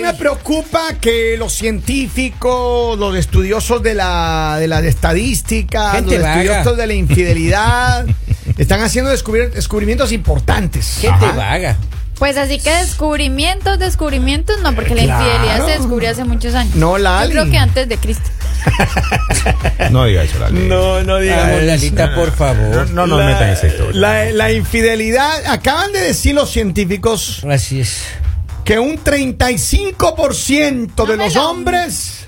me preocupa que los científicos, los estudiosos de la, de la estadística, Gente los vaga. estudiosos de la infidelidad, están haciendo descubrir- descubrimientos importantes. Gente vaga. Pues así que descubrimientos, descubrimientos, no, porque la Eh, Claro. infidelidad se descubrió hace muchos años. No, la. Lali. Yo creo que antes de Cristo. No diga eso, Lali. no Ay, Lalita, por No, favor. no nos metan en esa historia. La, la infidelidad, acaban de decir los científicos Así es. que un 35% de No me los lo- hombres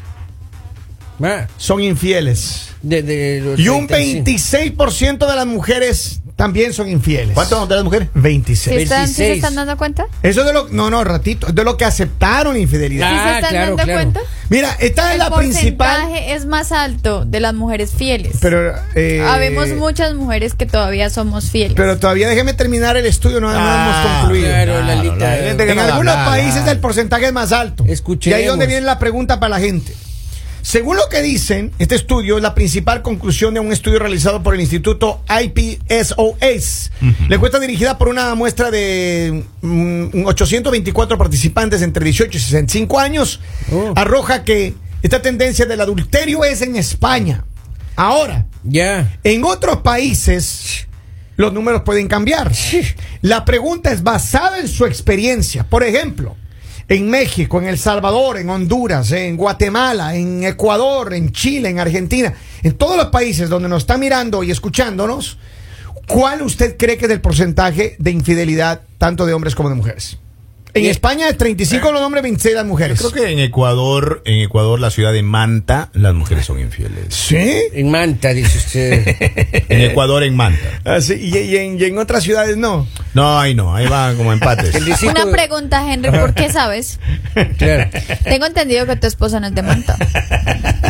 Ah, son infieles. de- de los Pues Y un 35. 26% de las mujeres también son infieles. ¿Cuánto son las mujeres? 26. ¿Sí, están, sí se 26. están dando cuenta? Eso de lo no no ratito de lo que aceptaron ¿Sí infidelidad. Ah, se están claro, dando claro. cuenta? Mira esta es El Ah, la principal. porcentaje es más alto de las mujeres fieles. Pero eh, Habemos muchas mujeres que todavía somos fieles. Pero todavía déjeme terminar el estudio no, no Ah, Ah. hemos concluido. Claro, Lalita. Lali, En Déjala algunos hablar, países hablar. el porcentaje es más alto. Escuchemos. Y ahí es donde viene la pregunta para la gente. Según lo que dicen, este estudio es la principal conclusión de un estudio realizado por el Instituto IPSOS. La encuesta dirigida por una muestra de mm, 824 participantes entre 18 y 65 años Oh. arroja que esta tendencia del adulterio es en España. Ahora, Ya. en otros países los números pueden cambiar. La pregunta es basada en su experiencia. Por ejemplo, en México, en El Salvador, en Honduras, en Guatemala, en Ecuador, en Chile, en Argentina, en todos los países donde nos está mirando y escuchándonos, ¿cuál usted cree que es el porcentaje de infidelidad tanto de hombres como de mujeres? En Eh, España es 35 los hombres, 26 las Yo mujeres. creo que en Ecuador, en Ecuador, la ciudad de Manta, las mujeres son infieles. Sí. En Manta, dice usted. En Ecuador, en Manta. Ah, sí, Y, y en, y en otras ciudades no. No, ahí no, ahí van como empates. El distrito- Una pregunta, Henry, ¿por qué sabes? Claro. Tengo entendido que tu esposa no es de Manta.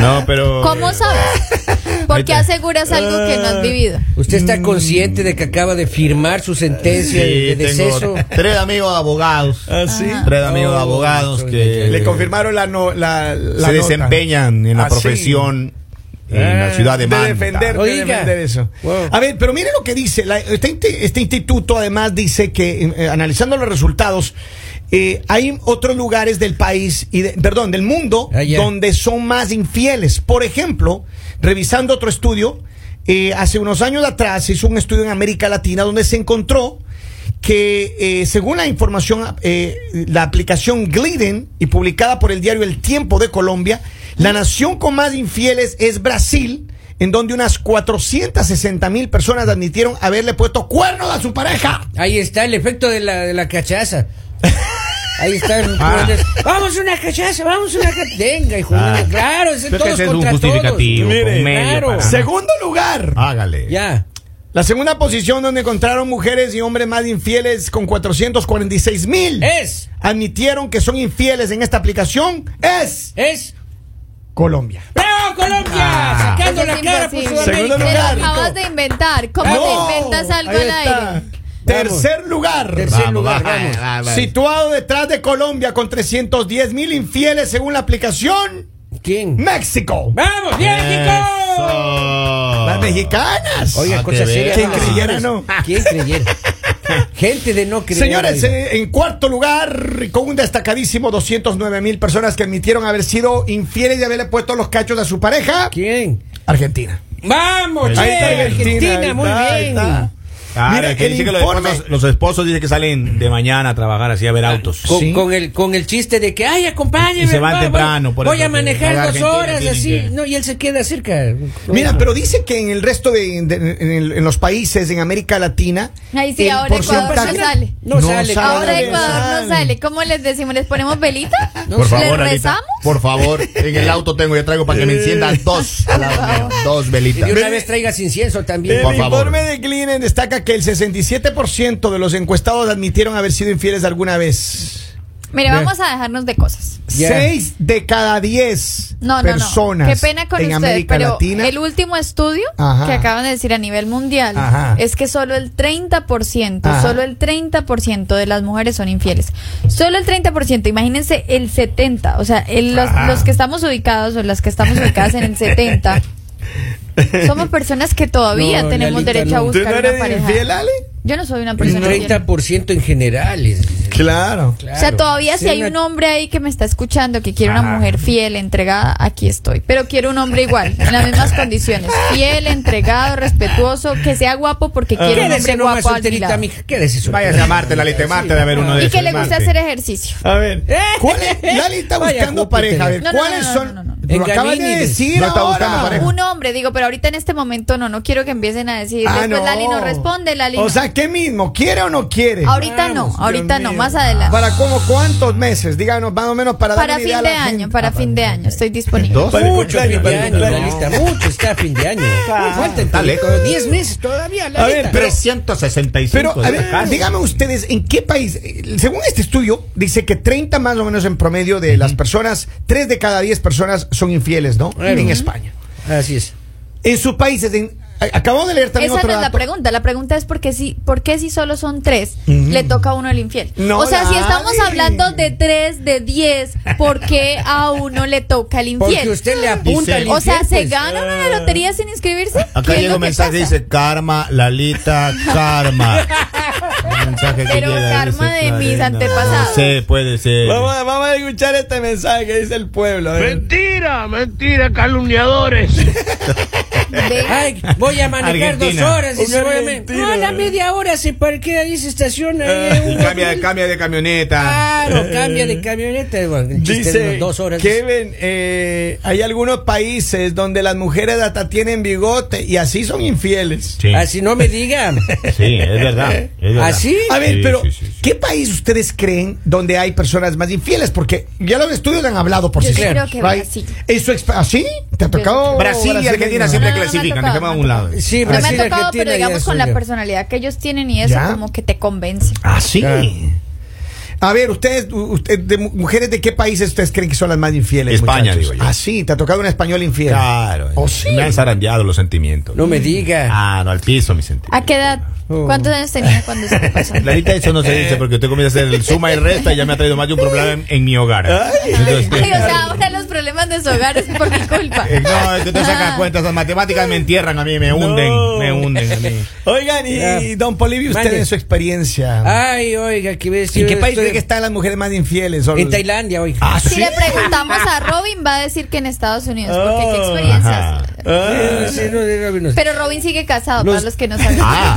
No, pero. eh, ¿Cómo sabes? ¿Por qué aseguras algo que no Ah. has vivido? ¿Usted Mm. está consciente de que acaba de firmar su Sí, sentencia de tengo deceso? tres amigos abogados. Ah. Tres amigos Oh, abogados soy que de- Le confirmaron la, no, la, la Eh, se nota. desempeñan en la Ah, sí. profesión en Ah, la ciudad de de, Manta. defender, de Oiga. defender eso. Wow. A ver, pero mire lo que dice. la- este, inti- este instituto además dice que eh, analizando los resultados, eh, hay otros lugares del país, y de- perdón, del mundo, Ah, ya. donde son más infieles. Por ejemplo, revisando otro estudio, eh, hace unos años atrás se hizo un estudio en América Latina donde se encontró que eh, según la información, eh, la aplicación Gliden y publicada por el diario El Tiempo de Colombia, la nación con más infieles es Brasil, en donde unas 460 mil personas admitieron haberle puesto cuernos a su pareja. Ahí está el efecto de la, de la cachaza. Ahí está. el- Ah. Vamos una cachaza, vamos una cachaza. Venga, hijo. Ah. una- Claro, es Pero que todos ese es un contra justificativo, todos. un medio claro. para- Se- Segundo lugar, Hágale. Ya. la segunda posición donde encontraron mujeres y hombres más infieles con 446 mil. Es, Admitieron que son infieles en esta aplicación es es. Colombia. ¡Bravo, Colombia! Ah. Sacando Eso es la cara por imposible. Segundo Sudamérica. Te lo lugar. acabas de inventar. ¿Cómo Ah, No, te inventas algo ahí al está. aire? Tercer lugar. Tercer Vamos, lugar, va, vamos. va, va. Situado detrás de Colombia con 310 mil infieles según la aplicación ¿Quién? México. ¡Vamos, México! Eso. Las mexicanas. Oiga, Ah, cosa te seria. veo. Ah, ¿Quién no, creyera, no? no? ¿Quién creyera? Gente de no creer. Señores, oiga. eh, en cuarto lugar, con un destacadísimo 209 mil personas que admitieron haber sido infieles y haberle puesto los cachos a su pareja. ¿Quién? Argentina. ¡Vamos, che! Ahí está, Argentina, ahí muy está, ahí bien. está. Claro, Mira, que el dice que los informe- esposos, los esposos dicen que salen de mañana a trabajar así a ver autos. Con, Sí. con el, con el chiste de que, ay, acompáñame. Y se van va, temprano, voy- por voy eso a que manejar allá dos Argentina horas tienen así. que- No, y él se queda cerca. Mira, pero dice que en el resto de, de- en, el- en los países, en América Latina, Ahí sí, el ahora Ecuador no porcentaje- sale. No sale, Claro, Ahora no Ecuador no sale. ¿Cómo les decimos? ¿Les ponemos velita? No Por sé. favor, ¿Les Anita, rezamos? por favor, en el auto tengo, yo traigo para que me enciendan dos, al lado mío, dos Y velitas. de una vez traigas incienso también. El Por favor. informe de Glinen destaca que el 67% de los encuestados admitieron haber sido infieles alguna vez. Mire, Bien. vamos a dejarnos de cosas. Ya. Seis de cada diez No, no, personas no. Qué pena con en ustedes, América pero Latina. el último estudio Ajá. que acaban de decir a nivel mundial Ajá. es que solo el 30%, Ajá. solo el 30% de las mujeres son infieles. Solo el 30%, imagínense el 70, o sea, el- los, Ajá. los que estamos ubicados o las que estamos ubicadas en el 70 somos personas que todavía No, tenemos Lalita, derecho a no. buscar una pareja. Ale? Yo no soy una Un persona infiel. 30% en general. es- Claro. claro. O sea, todavía si Sí, hay una- un hombre ahí que me está escuchando que quiere una Ah. mujer fiel, entregada, aquí estoy. Pero quiero un hombre igual, en las mismas condiciones. Fiel, entregado, respetuoso, que sea guapo porque Ah. quiero un Quédese hombre nomás guapo al mi solterita, lado. mija. Quédese solterita. Váyase a Marte, la lite Marte, de haber uno de Y esos. que le gusta Marte. hacer ejercicio. A ver, ¿cuál es? Lali está Vaya buscando Júpiter. pareja. A ver, Eh. No, no, ¿cuáles no, no, son? no, no, no. Lo acabas de Engañini. decir No está ahora. buscando pareja. Un hombre, digo, pero ahorita en este momento no, no quiero que empiecen a decir, Ah, después Lali no responde, Lali O no. sea, ¿qué mismo? ¿Quiere o no quiere? ahorita no, Vamos, ahorita Dios no, mío. más adelante. ¿Para cómo? ¿Cuántos meses? Díganos más o menos para Para darle una idea fin a de la gente. año, para fin de año, estoy disponible. ¿Dos? Mucho Vale, fin de vale, año, vale. la lista, mucho está fin de año. Faltan Está lejos. 10 meses todavía. La A ver, lista. pero- 365. Pero, a ver, Claro. díganme ustedes, ¿en qué país? Eh, Según este estudio, dice que 30 más o menos en promedio de las personas, 3 de cada 10 personas son infieles, ¿no? Claro. En Ujú. España. Así es. En sus países, en- a- acabo de leer también Esa no otro es la dato. pregunta. La pregunta es por qué si, por qué si solo son tres le toca a uno el infiel. No, o sea, si estamos Lali. hablando de tres, de diez, ¿por qué a uno le toca el Porque infiel? usted le apunta al o sea, infiel, ¿se pues. gana una lotería sin inscribirse? Acá ¿Qué es llega lo un que mensaje pasa? dice karma, Lalita, karma. Un mensaje que Pero llega, karma de "Clarena, mis antepasados". No sé, puede ser. Vamos, a- vamos a escuchar este mensaje que dice el pueblo. a ver. Mentira, mentira, calumniadores. Ve, Ay, voy a manejar Argentina. dos horas y Una se voy a me- Argentina, No, a la güey. media hora se parquea y se estaciona. ahí, Ah, Y un- cambia, de- cambia de camioneta. Eh. Claro, cambia de camioneta. Bueno, el chiste de Dice unas dos horas. Kevin, eh, hay algunos países donde las mujeres hasta tienen bigote y así son infieles. Sí, Así Ah, no me diga. sí, es verdad. es verdad. ¿Así? A ver, ¿Ah, Sí, pero sí, sí, sí. ¿qué país ustedes creen donde hay personas más infieles? Porque ya los estudios han hablado por Yo sí creo solos, que right? Brasil. En su exp- ¿Así? ¿Te ha tocado? creo que Brasil y Argentina no. siempre No, no, no me ha clasifican, tocado, dejemos a no me un ha lado. Sí, no me ha Brasil, tocado, pero Argentina, digamos ya con la suyo. personalidad que ellos tienen y eso Ya. como que te convence. Ah, ¿Así? Claro. A ver, ustedes, u- usted- de mu- mujeres de qué países ustedes creen que son las más infieles? España, muchachos? digo yo. Ah, sí, te ha tocado un español infiel. Claro. ¿O sí? Me han zarandeado los sentimientos. No me diga. Ah, no, al piso mis sentimientos. ¿A qué edad? ¿Cuántos años tenía cuando eso te pasó? Clarita, eso no se dice porque usted comienza a hacer el suma y resta y ya me ha traído más de un problema en, en mi hogar. Entonces, Ay, o sea, ahora los problemas de su hogar es por mi culpa. eh, no, tú te sacas cuentas, las matemáticas me entierran a mí, me hunden, No. me hunden a mí. Oigan, y, Ya. y don Polivio, usted Mande. en su experiencia, Ay, oiga, que ves. ¿en yo qué país estoy- cree que están las mujeres más infieles? O En los- Tailandia, oiga. Ah, Si sí. le preguntamos a Robin, va a decir que en Estados Unidos, porque qué Oh, experiencias. ajá. Eh, sí, no, no, no, no. Pero Robin sigue casado, Los- para los que no saben. Ah,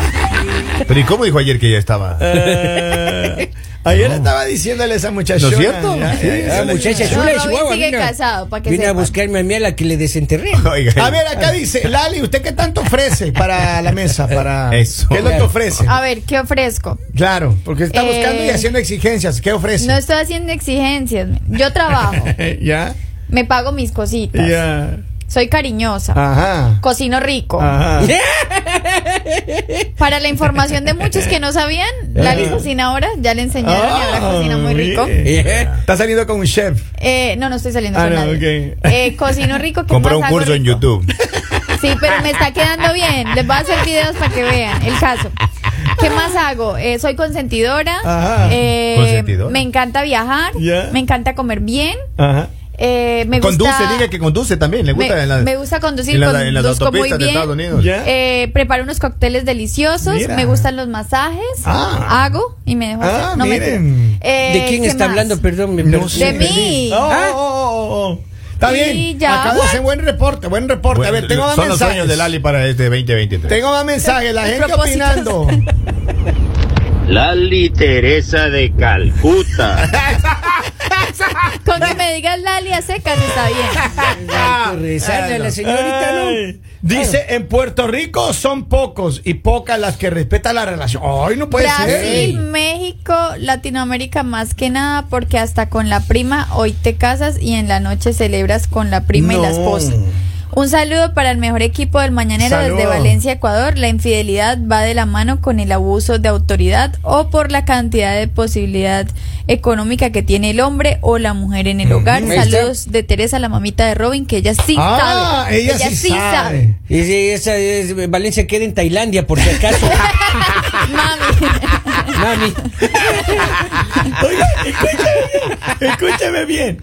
pero ¿y cómo dijo ayer que ya estaba? Eh, ayer estaba diciéndole a esa muchacha. ¿No es cierto? Sí, Ah, muchacha No, chula de Robin Chihuahua. sigue vino- casado, pa' que Vino a sepa. buscarme a mí a la que le desenterré. Oiga, A ver, acá dice, Lali, ¿usted qué tanto ofrece para la mesa? Para... Eso. ¿Qué es lo que Claro. ofrece? A ver, ¿qué ofrezco? Claro, porque está Eh, buscando y haciendo exigencias. ¿Qué ofrece? No estoy haciendo exigencias. Yo trabajo, ¿Ya? me pago mis cositas, Ya. Ah. soy cariñosa. Ajá. Cocino rico. Ajá. Para la información de muchos que no sabían, Lali cocina ahora, ya le enseñaron y ahora Ah, cocina muy rico. bien. Eh, Está saliendo con un chef. Eh, no, no estoy saliendo Ah, con no, nadie. ok. Eh, cocino rico. ¿qué más compró un hago curso en rico? YouTube. Sí, pero me está quedando bien. Les voy a hacer videos para que vean el caso. ¿Qué más hago? Eh, soy consentidora. Ajá. eh, Consentidora. Me encanta viajar. Ya. Me encanta comer bien. Ajá. eh, me Conduce, gusta, diga que conduce también. Le gusta me, en la- me gusta conducir. en la- en las conduzco muy autopistas de bien. Estados Unidos. Ya. Eh, preparo unos cócteles deliciosos. Mira. Me gustan los masajes. Ah. Hago y me dejo Ah, hacer. No miren. mentira. Eh, ¿De quién ¿qué está más? hablando? Perdón, me No perdí. sé. De mí. Oh, Ah. oh, oh, oh, oh. Está Sí, bien. ya. Acá What? hace buen reporte, buen reporte. A ver, tengo más son los mensajes. sueños de Lali para este 2023. Tengo más mensajes, la gente propósitos. opinando. Lali Teresa de Calcuta. Con que me digas Lali a secas está bien. Hay que rezarle a la señorita, Ah, Ay. ¿no? Dice, en Puerto Rico son pocos y pocas las que respetan la relación. Ay, no puede Brasil, ser. México, Latinoamérica más que nada porque hasta con la prima hoy te casas y en la noche celebras con la prima y la No. esposa. Un saludo para el mejor equipo del Mañanero desde Saludo. Valencia, Ecuador. La infidelidad va de la mano con el abuso de autoridad o por la cantidad de posibilidad económica que tiene el hombre o la mujer en el hogar. ahí está. Saludos de Teresa, la mamita de Robin, que ella sí Ah, sabe. ella sí sabe. Y si esa es- Valencia queda en Tailandia, por si acaso. Mami. Mami. Oiga, escúchame, bien, escúchame bien.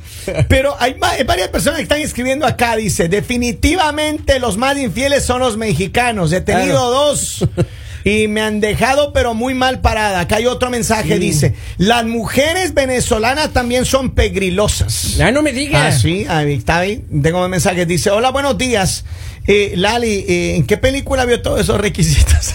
Pero hay va- hay varias personas que están escribiendo acá, dice, definitivamente los más infieles son los mexicanos. He tenido Claro. dos. Y me han dejado pero muy mal parada. Acá hay otro mensaje, dice, las mujeres venezolanas también son pegrilosas. Ah, no me digas. Ah, sí, ahí está ahí. Tengo un mensaje. Dice, hola, buenos días. Eh, Lali, eh, ¿en qué película vio todos esos requisitos?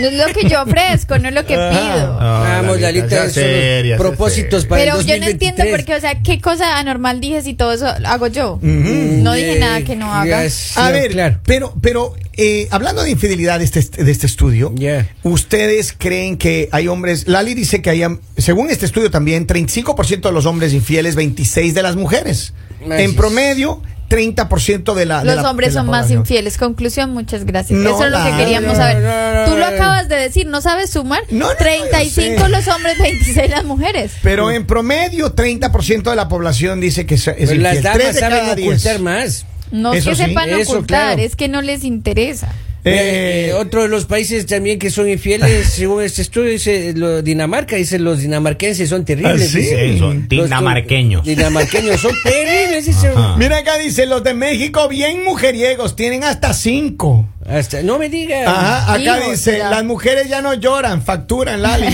No es lo que yo ofrezco, no es lo que pido. Vamos, la Lalita, esos son los propósitos para Pero el yo no entiendo 2023. por qué, o sea, qué cosa anormal dije si todo eso hago yo. No dije Eh, nada que no haga. yes, A yeah, ver, claro. pero, pero eh, hablando de infidelidad de este, de este estudio, Yeah. ¿ustedes creen que hay hombres? Lali dice que hay, am- según este estudio también, 35% de los hombres infieles, 26% de las mujeres. Gracias. En promedio, 30% de la. de Los la- hombres de la son más población. infieles. Conclusión, muchas gracias. No, Eso es lo que la- queríamos no, saber. no, no, Tú lo no, acabas de decir, ¿no sabes sumar? No, no, no, yo 35 sé. los hombres, 26 las mujeres. Pero en promedio, 30% de la población dice que es, es Pues las infiel. Tres damas de saben cada diez. ocultar más. No es Eso que sí, sepan eso, ocultar, claro. es que no les interesa. Eh, Eh, eh, otro de los países también que son infieles, según este estudio, dice lo- Dinamarca, dice los dinamarquenses son terribles. ¿Ah, sí? dice. Sí, son Los- dinamarqueños. Dinamarqueños son terribles. dice. Ajá. Mira acá dice, los de México bien mujeriegos, tienen hasta cinco. Hasta, no me digas. Ajá, acá Hijo, dice, ya. las mujeres ya no lloran, facturan, Lali.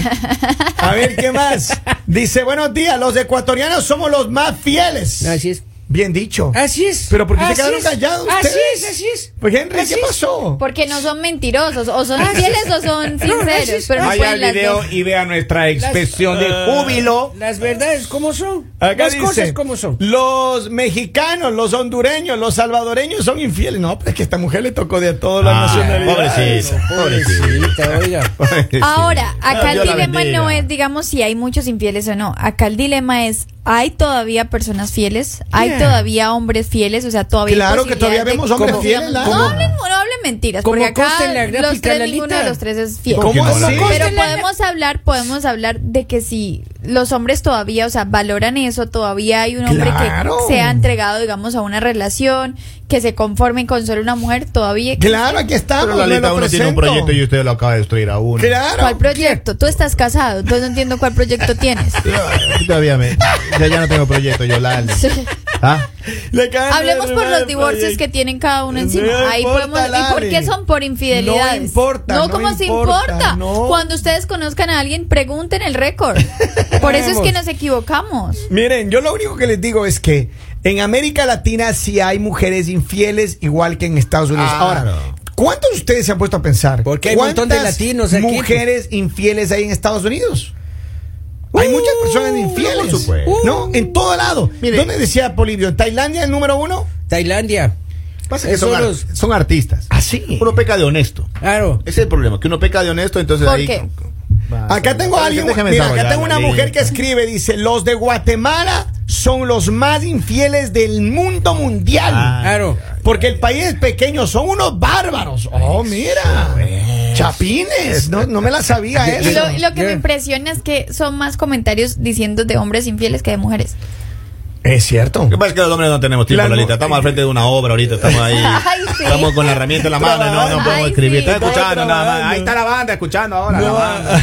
A ver, ¿qué más? Dice, buenos días, los ecuatorianos somos los más fieles. Así es. Bien dicho. Así es. Pero ¿por qué se Así quedaron es. callados Así ustedes? es, así es. Pues, Henry, Así ¿qué es. pasó? Porque no son mentirosos, o son infieles o son sinceros. Pero no Vaya al pueden las video dos. y vea nuestra expresión de júbilo. Las verdades como son. Eh, Acá las dice, cosas como son. Los mexicanos, los hondureños, los salvadoreños son infieles. No, pero es que a esta mujer le tocó de todas las Ah, nacionalidades. pobrecita, Pobrecita, oiga. pobrecita. Ahora, Ah, acá el Dios Ah, la dilema bendiga. no es, digamos, si hay muchos infieles o no. Acá el dilema es, ¿hay todavía personas fieles? ¿Hay todavía hombres fieles? O sea, todavía... hay Claro que posibilidad todavía de- vemos hombres ¿Cómo? fieles. No Lali. hablen, no hablen mentiras, Como porque acá consta en la gráfica, los tres, Lalita. ninguno de los tres es fiel. ¿Cómo ¿Cómo así? la- Pero podemos hablar, podemos hablar de que si los hombres todavía, o sea, valoran eso, todavía hay un hombre Claro. que se ha entregado, digamos, a una relación, que se conforme con solo una mujer, todavía. Claro, aquí estamos. Pero me Lalita, lo uno tiene un presento. proyecto y usted lo acaba de destruir a uno. Claro. ¿Cuál proyecto? Tú estás casado, entonces no entiendo cuál proyecto tienes. Yo Todavía me. Yo ya no tengo proyecto, yo la. Sí. ¿Ah? Le acaban de Hablemos por arruinar el los divorcios proyecto. que tienen cada uno encima. No Ahí importa, podemos ¿Y por qué Lali. son por infidelidades? No importa, No, no como si importa, importa. no. Cuando ustedes conozcan a alguien, pregunten el récord. Por eso es que nos equivocamos. Miren, yo lo único que les digo es que en América Latina sí hay mujeres infieles igual que en Estados Unidos. Ah, Ahora, no. ¿cuántos de ustedes se han puesto a pensar? Porque hay un montón de cuántas latinos aquí, pues? mujeres infieles hay en Estados Unidos? Hay muchas personas infieles. por supuesto. No, en todo lado. Mire. ¿Dónde decía Polibio? ¿En Tailandia el número uno? Tailandia. Pasa que Esos son, ar- los- son artistas. Así. Uno peca de honesto. Claro. Ese es el problema, que uno peca de honesto, entonces ¿Por ahí. qué? Va, Acá Ah, sí. tengo a alguien, Déjame mira, acá desarrollar, tengo una Lalita. mujer que escribe, dice, los de Guatemala son los más infieles del mundo mundial. Ah, Claro. Porque el país es pequeño, son unos bárbaros. Oh, mira. Chapines. No, no me la sabía Y eso. lo, y lo que me Yeah. impresiona es que son más comentarios diciendo de hombres infieles que de mujeres. Es cierto. ¿Qué pasa? Es que los hombres no tenemos tiempo, La mu- Lalita. Estamos al frente de una obra ahorita, estamos ahí. Ay, sí. Estamos con la herramienta en la mano, no, no Ay, podemos sí. escribir. Está Estamos escuchando nada más. trabajando. Ahí está la banda escuchando ahora. la No, banda.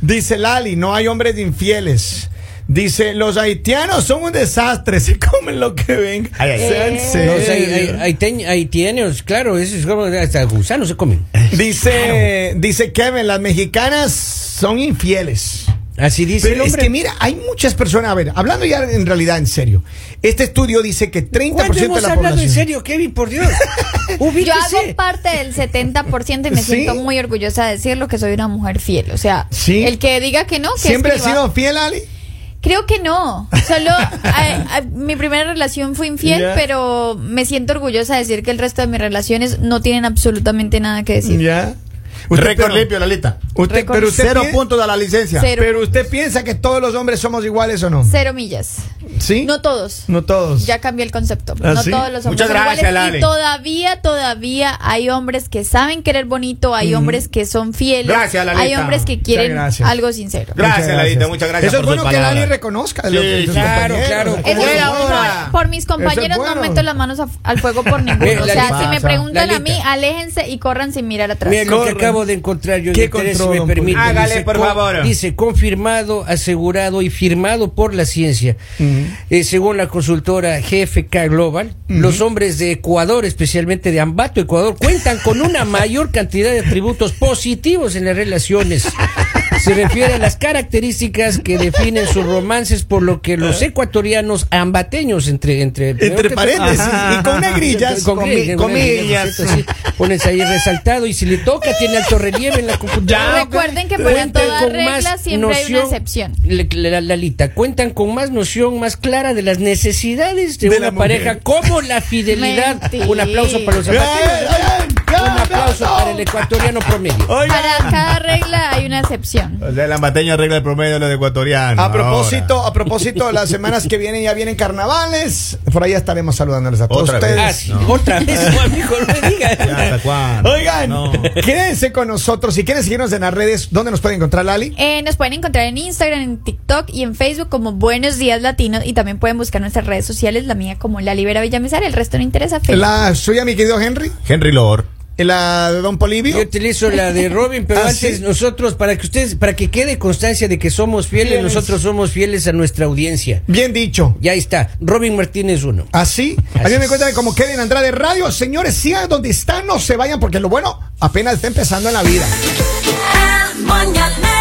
dice Lali, no hay hombres infieles. Dice, los haitianos son un desastre, se comen lo que venga. Ay, ay, ay. Sean No, o sea, hay, hay, serios. haiteñ- haitianos, claro, eso es como hasta gusanos se comen. Dice, dice Kevin, las mexicanas son infieles. Así dice el Pero es hombre. que mira, hay muchas personas, a ver, hablando ya en realidad en serio, este estudio dice que 30% ¿Cuándo de hemos la hablado población... en serio, Kevin? Por Dios. Yo Ubíquese. hago parte del 70% y me Sí. siento muy orgullosa de decirlo que soy una mujer fiel. O sea, Sí. el que diga que no, que ¿Siempre ha escriba. sido fiel, Ali? Creo que no. Solo eh, eh, mi primera relación fue infiel, Ya. pero me siento orgullosa de decir que el resto de mis relaciones no tienen absolutamente nada que decir. Ya. Récord pero- limpio, Lalita. usted- Récord. pero usted Cero pi- puntos a la licencia. Cero, Pero usted piensa que todos los hombres somos iguales o no? cero millas. ¿Sí? No todos. No todos. Ya cambié el concepto. ¿Ah, no sí? todos los hombres Muchas son gracias, iguales. Lali. Y todavía, todavía hay hombres que saben querer bonito, hay hombres que son fieles, Gracias, Lalita. hay hombres que quieren gracias. algo sincero. Gracias, Ladita, muchas gracias. Eso es por bueno sus que palabras. Lali reconozca. Sí, sus claro, compañeros. claro. Ay, Es qué que Buena bueno. hora. por mis compañeros Eso es bueno. no meto las manos a- al fuego por ninguno. o Mira, sea, Lalita. si me preguntan a mí, Lalita. aléjense y corran sin mirar atrás. Mira lo que Corre. acabo de encontrar yo en ¿Qué internet, control, si don me permite. Poli? Hágale, por con- favor. Dice, confirmado, asegurado y firmado por la ciencia. Eh, según la consultora GFK Global, los hombres de Ecuador, especialmente de Ambato, Ecuador, cuentan con una mayor cantidad de atributos positivos en las relaciones. Se refiere a las características que definen sus romances, por lo que los ecuatorianos ambateños, entre, entre, Entre paréntesis. Ajá. Y con una grilla. con, con grillas, mi- con una grilla, comillas. cosita así, pones ahí resaltado y si le toca tiene alto relieve en la computadora. Ya, ok. Recuerden que para Cuentan toda con regla más siempre hay una excepción. Le- le- la- Lalita, cuentan con más noción más clara de las necesidades de, De una la mujer. pareja, como la fidelidad. Mentira. Un aplauso para los Bien, zapatillos. bien, bien, Un aplauso aplauso. para el ecuatoriano promedio. Oiga, Para cada regla hay una excepción. O sea, el ambateño arregla el promedio de los ecuatorianos. A propósito, a propósito, las semanas que vienen ya vienen carnavales. Por ahí estaremos saludándoles a todos Otra vez. ustedes. Ah, sí, otra vez, amigo, no me digas. ahora. ¿Ya ¿Hasta Ah, cuándo? Oigan, No. quédense con nosotros. Si quieren seguirnos en las redes, ¿dónde nos pueden encontrar, Lali? Eh, nos pueden encontrar en Instagram, en TikTok y en Facebook como Buenos Días Latinos y también pueden buscar nuestras redes sociales, la mía como La Libera Villamizar, el resto no interesa. Feliz. La suya, mi querido Henry. Henry Lord. La de Don Yo Polivio. utilizo la de Robin, pero Ah, antes sí. nosotros, para que ustedes, para que quede constancia de que somos fieles, Fieles. nosotros somos fieles a nuestra audiencia. Bien dicho. Ya está, Robin Martínez uno. Así, a Así mí me es. cuentan como Kevin Andrade Radio. Señores, sigan donde están, no se vayan, porque lo bueno apenas está empezando en la vida. El mañanero